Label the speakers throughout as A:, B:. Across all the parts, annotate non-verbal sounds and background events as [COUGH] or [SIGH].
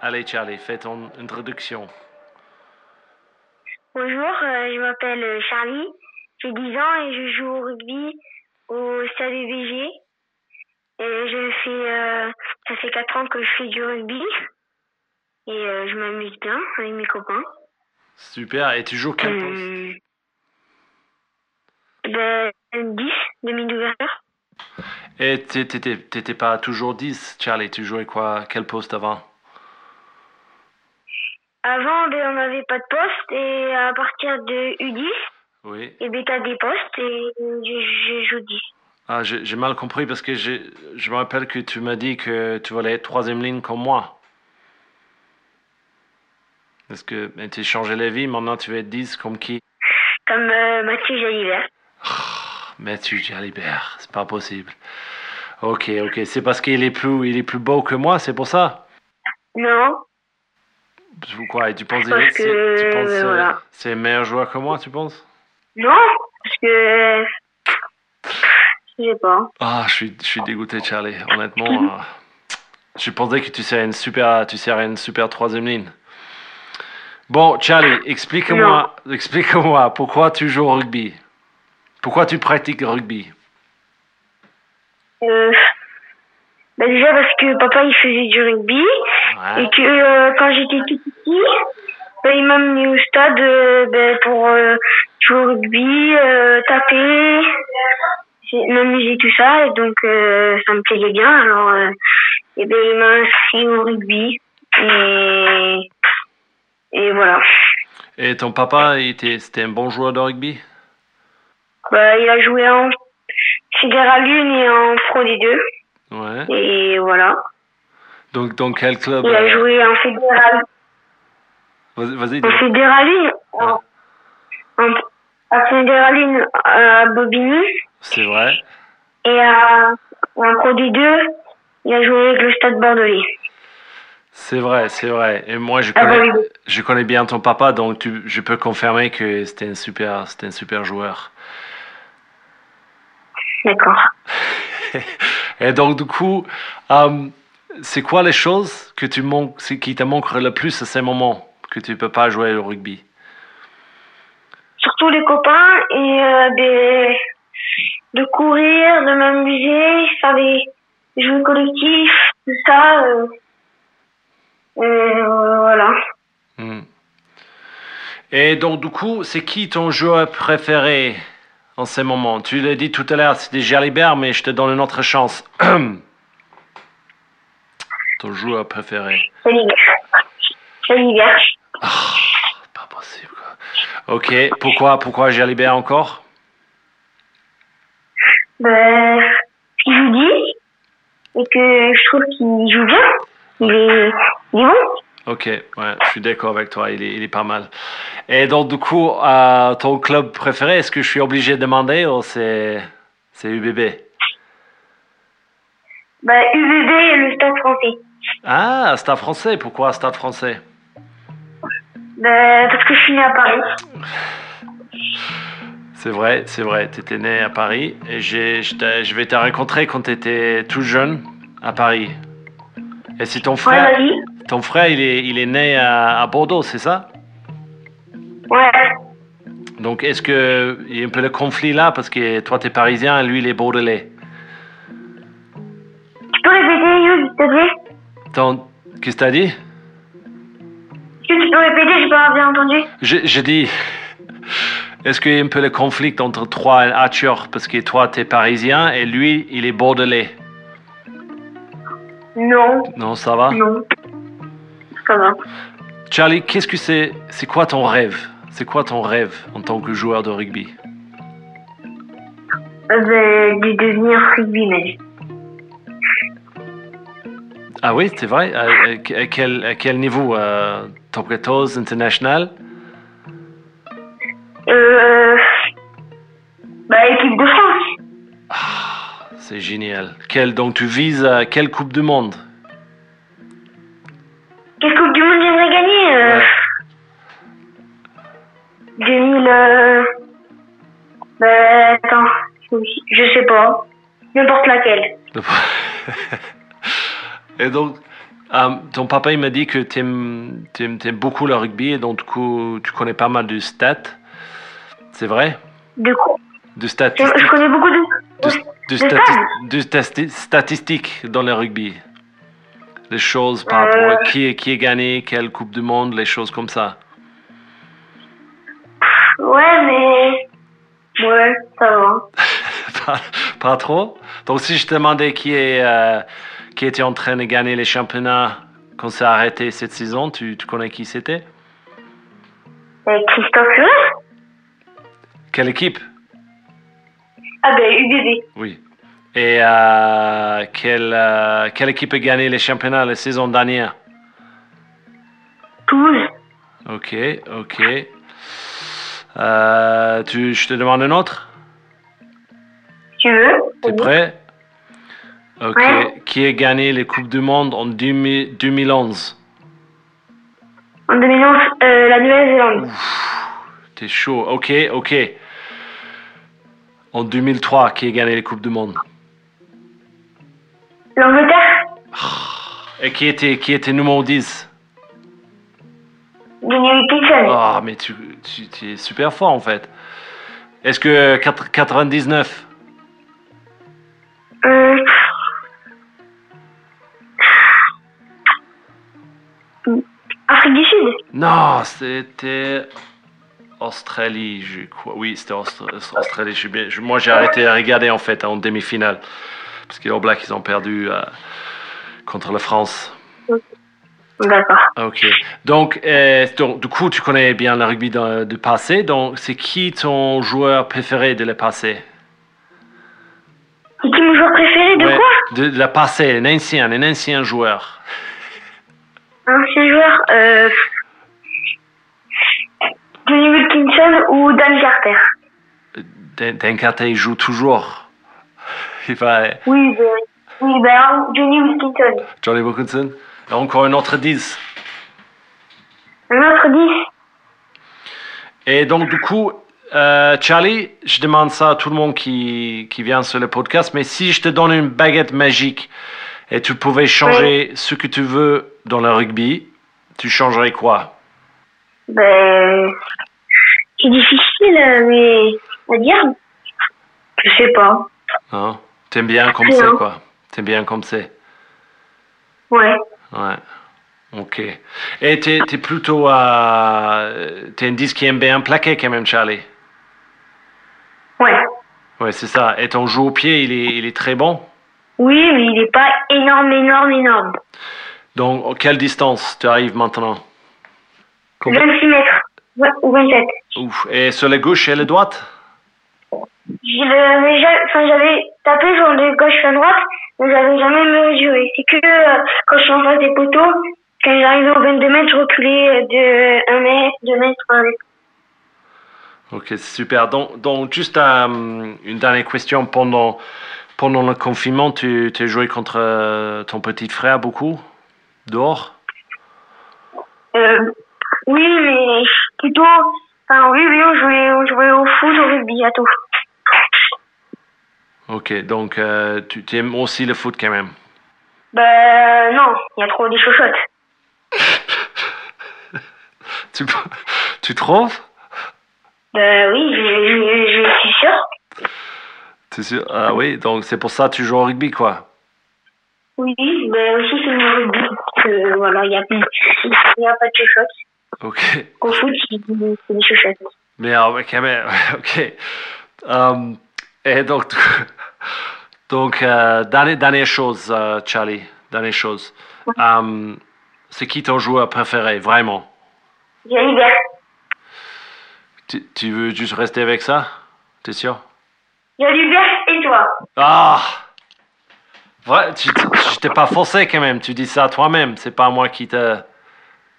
A: Allez Charlie, fais ton introduction.
B: Bonjour, euh, je m'appelle euh, Charlie, j'ai 10 ans et je joue au rugby au stade BG. Et je fais, euh, ça fait 4 ans que je fais du rugby et euh, je m'amuse bien avec mes copains.
A: Super. Et tu joues quel poste
B: Hum, ben, 10, demi-ouverture.
A: Et t'é- t'étais t'étais pas toujours 10, Charlie. Tu jouais quoi Quel poste avant
B: Avant, ben, on n'avait pas de poste et à partir de U10,
A: Oui.
B: et ben, t'as des postes et euh, je, je joue 10.
A: Ah, j'ai j'ai mal compris parce que j'ai- je me rappelle que tu m'as dit que tu voulais être troisième ligne comme moi. Est-ce que mais tu as changé la vie Maintenant, tu es 10 comme qui
B: Comme euh, Mathieu Jalibert.
A: Ah, Mathieu Jalibert, c'est pas possible. Ok, ok, c'est parce qu'il est plus, il est plus beau que moi, c'est pour ça.
B: Non,
A: Pourquoi Et tu penses qu'il
B: Parce
A: est- c'est- tu
B: que,
A: penses, euh,
B: voilà.
A: c'est un meilleur joueur que moi, tu penses
B: Non, parce que. Je sais pas.
A: Ah, je suis, je suis dégoûté, Charlie.
B: Mhm.
A: Honnêtement, euh, je pensais que tu serais une super, tu serais une super troisième ligne. Bon, Charlie, explique-moi, explique-moi pourquoi tu joues au rugby. Pourquoi tu pratiques le rugby
B: Euh, bah déjà parce que papa il faisait du rugby
A: Ouais.
B: et que euh, quand j'étais tout petit, bah, il m'a amené au stade euh, bah, pour euh, jouer au rugby, euh, taper, j'ai- m'amuser tout ça et donc euh, ça me plaisait bien. Alors euh, et ben il m'a inscrit au rugby et et voilà.
A: Et ton papa, il était- c'était un bon joueur de rugby
B: Bah, il a joué en Fédéral 1 et en Pro D2.
A: Ouais.
B: Et voilà.
A: Donc, dans quel club
B: Il a
A: euh,
B: joué en Fédéral,
A: Vas-y, vas-y,
B: en
A: dis-moi.
B: Fédéral 1. En, en, en Fédéral 1 à Bobigny.
A: c'est vrai.
B: Et à, en Pro D2, il a joué avec le Stade Bordelais.
A: C'est vrai, c'est vrai. Et moi, je
B: Ah,
A: connais,
B: Bobigny.
A: je connais bien ton papa, donc tu- je peux confirmer que c'était un super, c'était un super joueur.
B: D'accord.
A: Et donc, du coup, euh, c'est quoi les choses que tu manques, c'est- qui te manquent le plus à ces moments que tu peux pas jouer au rugby
B: Surtout les copains et euh, des, de courir, de m'amuser, faire des jeux collectifs, tout ça. euh, euh, voilà.
A: Hmm. Et donc, du coup, c'est qui ton joueur préféré en ces moments Tu l'as dit tout à l'heure, c'était Jalibert, mais je te donne une autre chance. [CLEARS THROAT] ton joueur préféré
B: Jalibert. Jalibert.
A: Ah, pas possible quoi. Ok, pourquoi pourquoi Jalibert encore
B: Ben, il joue dit et que je trouve qu'il joue bien. Il est, il est bon.
A: Ok, ouais, je suis d'accord avec toi, il est, il est pas mal. Et donc du coup, euh, ton club préféré, est-ce que je suis obligé de demander ou c'est c'est UBB
B: Ben, UVB et le Stade français.
A: Ah, Stade français, pourquoi Stade français
B: Ben, parce que je suis né à Paris.
A: C'est vrai, c'est vrai, tu étais né à Paris et j'ai, je, t'ai- je vais te rencontrer quand tu étais tout jeune à Paris. Et c'est ton
B: Ouais,
A: frère,
B: vas-y.
A: ton frère, il est, il est né à- à Bordeaux, c'est ça
B: Ouais.
A: Donc, est-ce qu'il y a un peu le conflit là Parce que toi, t'es parisien et lui, il est bordelais.
B: Tu peux répéter, Yo, s'il te plaît
A: Ton- Qu'est-ce que t'as dit
B: Yo, tu peux répéter, j'ai pas bien entendu.
A: J'ai j'ai dit. Est-ce qu'il y a un peu le conflit entre toi et Arthur Parce que toi, t'es parisien et lui, il est bordelais.
B: Non,
A: Non, ça va
B: non. Ça va.
A: Charlie, qu'est-ce que c'est C'est quoi ton rêve C'est quoi ton rêve en tant que joueur de rugby
B: Euh, bah, Ben, de devenir rugbyman.
A: Ah oui, c'est vrai. À, à- à quel, à quel niveau euh, Top 14 international
B: Euh, bah, équipe de France.
A: C'est génial. Quel, donc tu vises à quelle Coupe du Monde
B: Quelle Coupe du Monde j'aimerais gagner euh,
A: Ouais.
B: 2000. Euh... Bah, attends, je sais pas. N'importe laquelle.
A: [LAUGHS] Et donc, euh, ton papa, il m'a dit que tu aimes, beaucoup le rugby et donc du coup, tu connais pas mal de stats. C'est vrai
B: De quoi
A: De
B: je,
A: statistiques.
B: je connais beaucoup de.
A: de, de
B: stats.
A: stati- de stati- statistiques dans le rugby. Les choses par rapport à qui est, qui est gagné, quelle Coupe du Monde, les choses comme ça. [LAUGHS]
B: Ouais, mais. Ouais, ça va.
A: pas, pas trop. Donc, si je te demandais qui, est, euh, qui était en train de gagner les championnats quand c'est arrêté cette saison, tu, tu connais qui c'était
B: Et Christophe Furieux
A: Quelle équipe
B: Ah, ben, UBB.
A: Oui. Et euh, quelle, euh, quelle équipe a gagné les championnats la saison dernière
B: Toulouse.
A: Ok, ok. Euh, tu, je te demande un autre
B: Tu veux
A: T'es prêt Ok.
B: Ouais.
A: Qui a gagné les Coupes du Monde en 2000 2011
B: En 2011, euh, la Nouvelle-Zélande.
A: T'es chaud. Ok, ok. En 2003, qui a gagné les Coupes du Monde
B: L'Angleterre
A: Et qui était, qui était numéro 10
B: Daniel Kitson.
A: Ah, mais tu, tu, tu es super fort en fait. Est-ce que 4- 99
B: Euh... Afrique du Sud
A: Non, c'était Australie, je crois. Oui, c'était Austra- euh, Australie. Je suis bien- je- moi, j'ai arrêté à regarder en fait en demi-finale. Parce que les All Blacks, ils ont perdu euh, contre la France. Ah,
B: D'accord.
A: Ok. Donc, euh, donc, du coup, tu connais bien le rugby dans- du passé. Donc, c'est qui ton joueur préféré de le passé
B: C'est qui mon joueur préféré de
A: Ouais,
B: quoi
A: De, de la passé, un ancien, un ancien joueur.
B: Un ancien Hein, joueur euh... Johnny Wilkinson ou Dan Carter
A: Dan- Dan Carter, il joue toujours. Il va. euh,
B: Oui, ben, oui, ben alors, Johnny Wilkinson.
A: Johnny Wilkinson. Et encore un autre 10.
B: Un autre 10
A: Et donc, du coup, euh, Charlie, je demande ça à tout le monde qui, qui vient sur le podcast, mais si je te donne une baguette magique et tu pouvais changer ce que tu veux dans le rugby, tu changerais quoi
B: Ben... C'est difficile, euh, mais... À dire Je sais pas.
A: hein? T'aimes bien comme
B: Rien.
A: c'est, quoi. T'aimes bien comme c'est.
B: Ouais.
A: Ouais. Ok. Et t'es t'es plutôt. Euh, t'es un 10 qui aime bien plaquer, quand même, Charlie.
B: Ouais.
A: Ouais, c'est ça. Et ton jeu au pied, il est, il est très bon.
B: Oui, mais il n'est pas énorme, énorme, énorme.
A: Donc, quelle distance tu arrives maintenant Combien-
B: 26 mètres. Ouais, ou 27.
A: Ouf. Et sur la gauche et la droite
B: Je l'avais ja- enfin, j'avais tapé genre de gauche à droite, mais j'avais jamais mesuré. C'est que euh, quand je suis en face des poteaux, quand j'arrivais aux 22 mètres, je reculais de 1 mètre, 2 mètres, 1 mètre.
A: Ok, super. Donc, donc juste euh, une dernière question. Pendant, pendant le confinement, tu tu as joué contre euh, ton petit frère beaucoup Dehors
B: Euh, oui, mais plutôt... Enfin, oui, oui, on jouait, on jouait au foot, au rugby, à tout.
A: Ok, donc euh, tu tu aimes aussi le foot quand même. [LAUGHS]
B: Ben non, il y a trop des chochottes.
A: Tu, tu trouves
B: Ben oui, je, je, je, je suis sûre.
A: T'es sûr Ah oui, donc c'est pour ça que tu joues au rugby, quoi.
B: Oui, mais aussi c'est le rugby. Que, voilà, il n'y a, plus- y a pas de chuchotes.
A: Ok.
B: Au foot, il- c'est des chuchotes.
A: Mais ah, ouais, quand même, [LAUGHS] ok. Um, et donc, tu- [LAUGHS] donc euh, dernière, dernière chose, euh, Charlie, dernière chose. Um, c'est qui ton joueur préféré, vraiment
B: J'ai l'hiver.
A: tu, tu veux juste rester avec ça T'es sûr
B: J'ai l'hiver et toi.
A: Ah Vrai- tu- tu- t'ai pas forcé quand même. Tu dis ça toi-même. C'est pas moi qui te,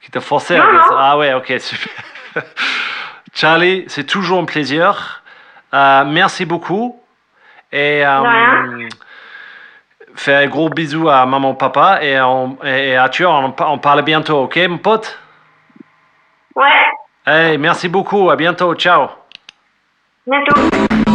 A: qui te forçais. à
B: Non,
A: dire ça.
B: non.
A: Ah ouais, ok, super. [LAUGHS] Charlie, c'est toujours un plaisir. Euh, merci beaucoup. Et euh,
B: rien.
A: fais un gros bisou à maman, papa et, on- et à Arthur. On, on parle bientôt, ok, mon pote?
B: Ouais,
A: Hey, merci beaucoup. À bientôt. Ciao.
B: bientôt.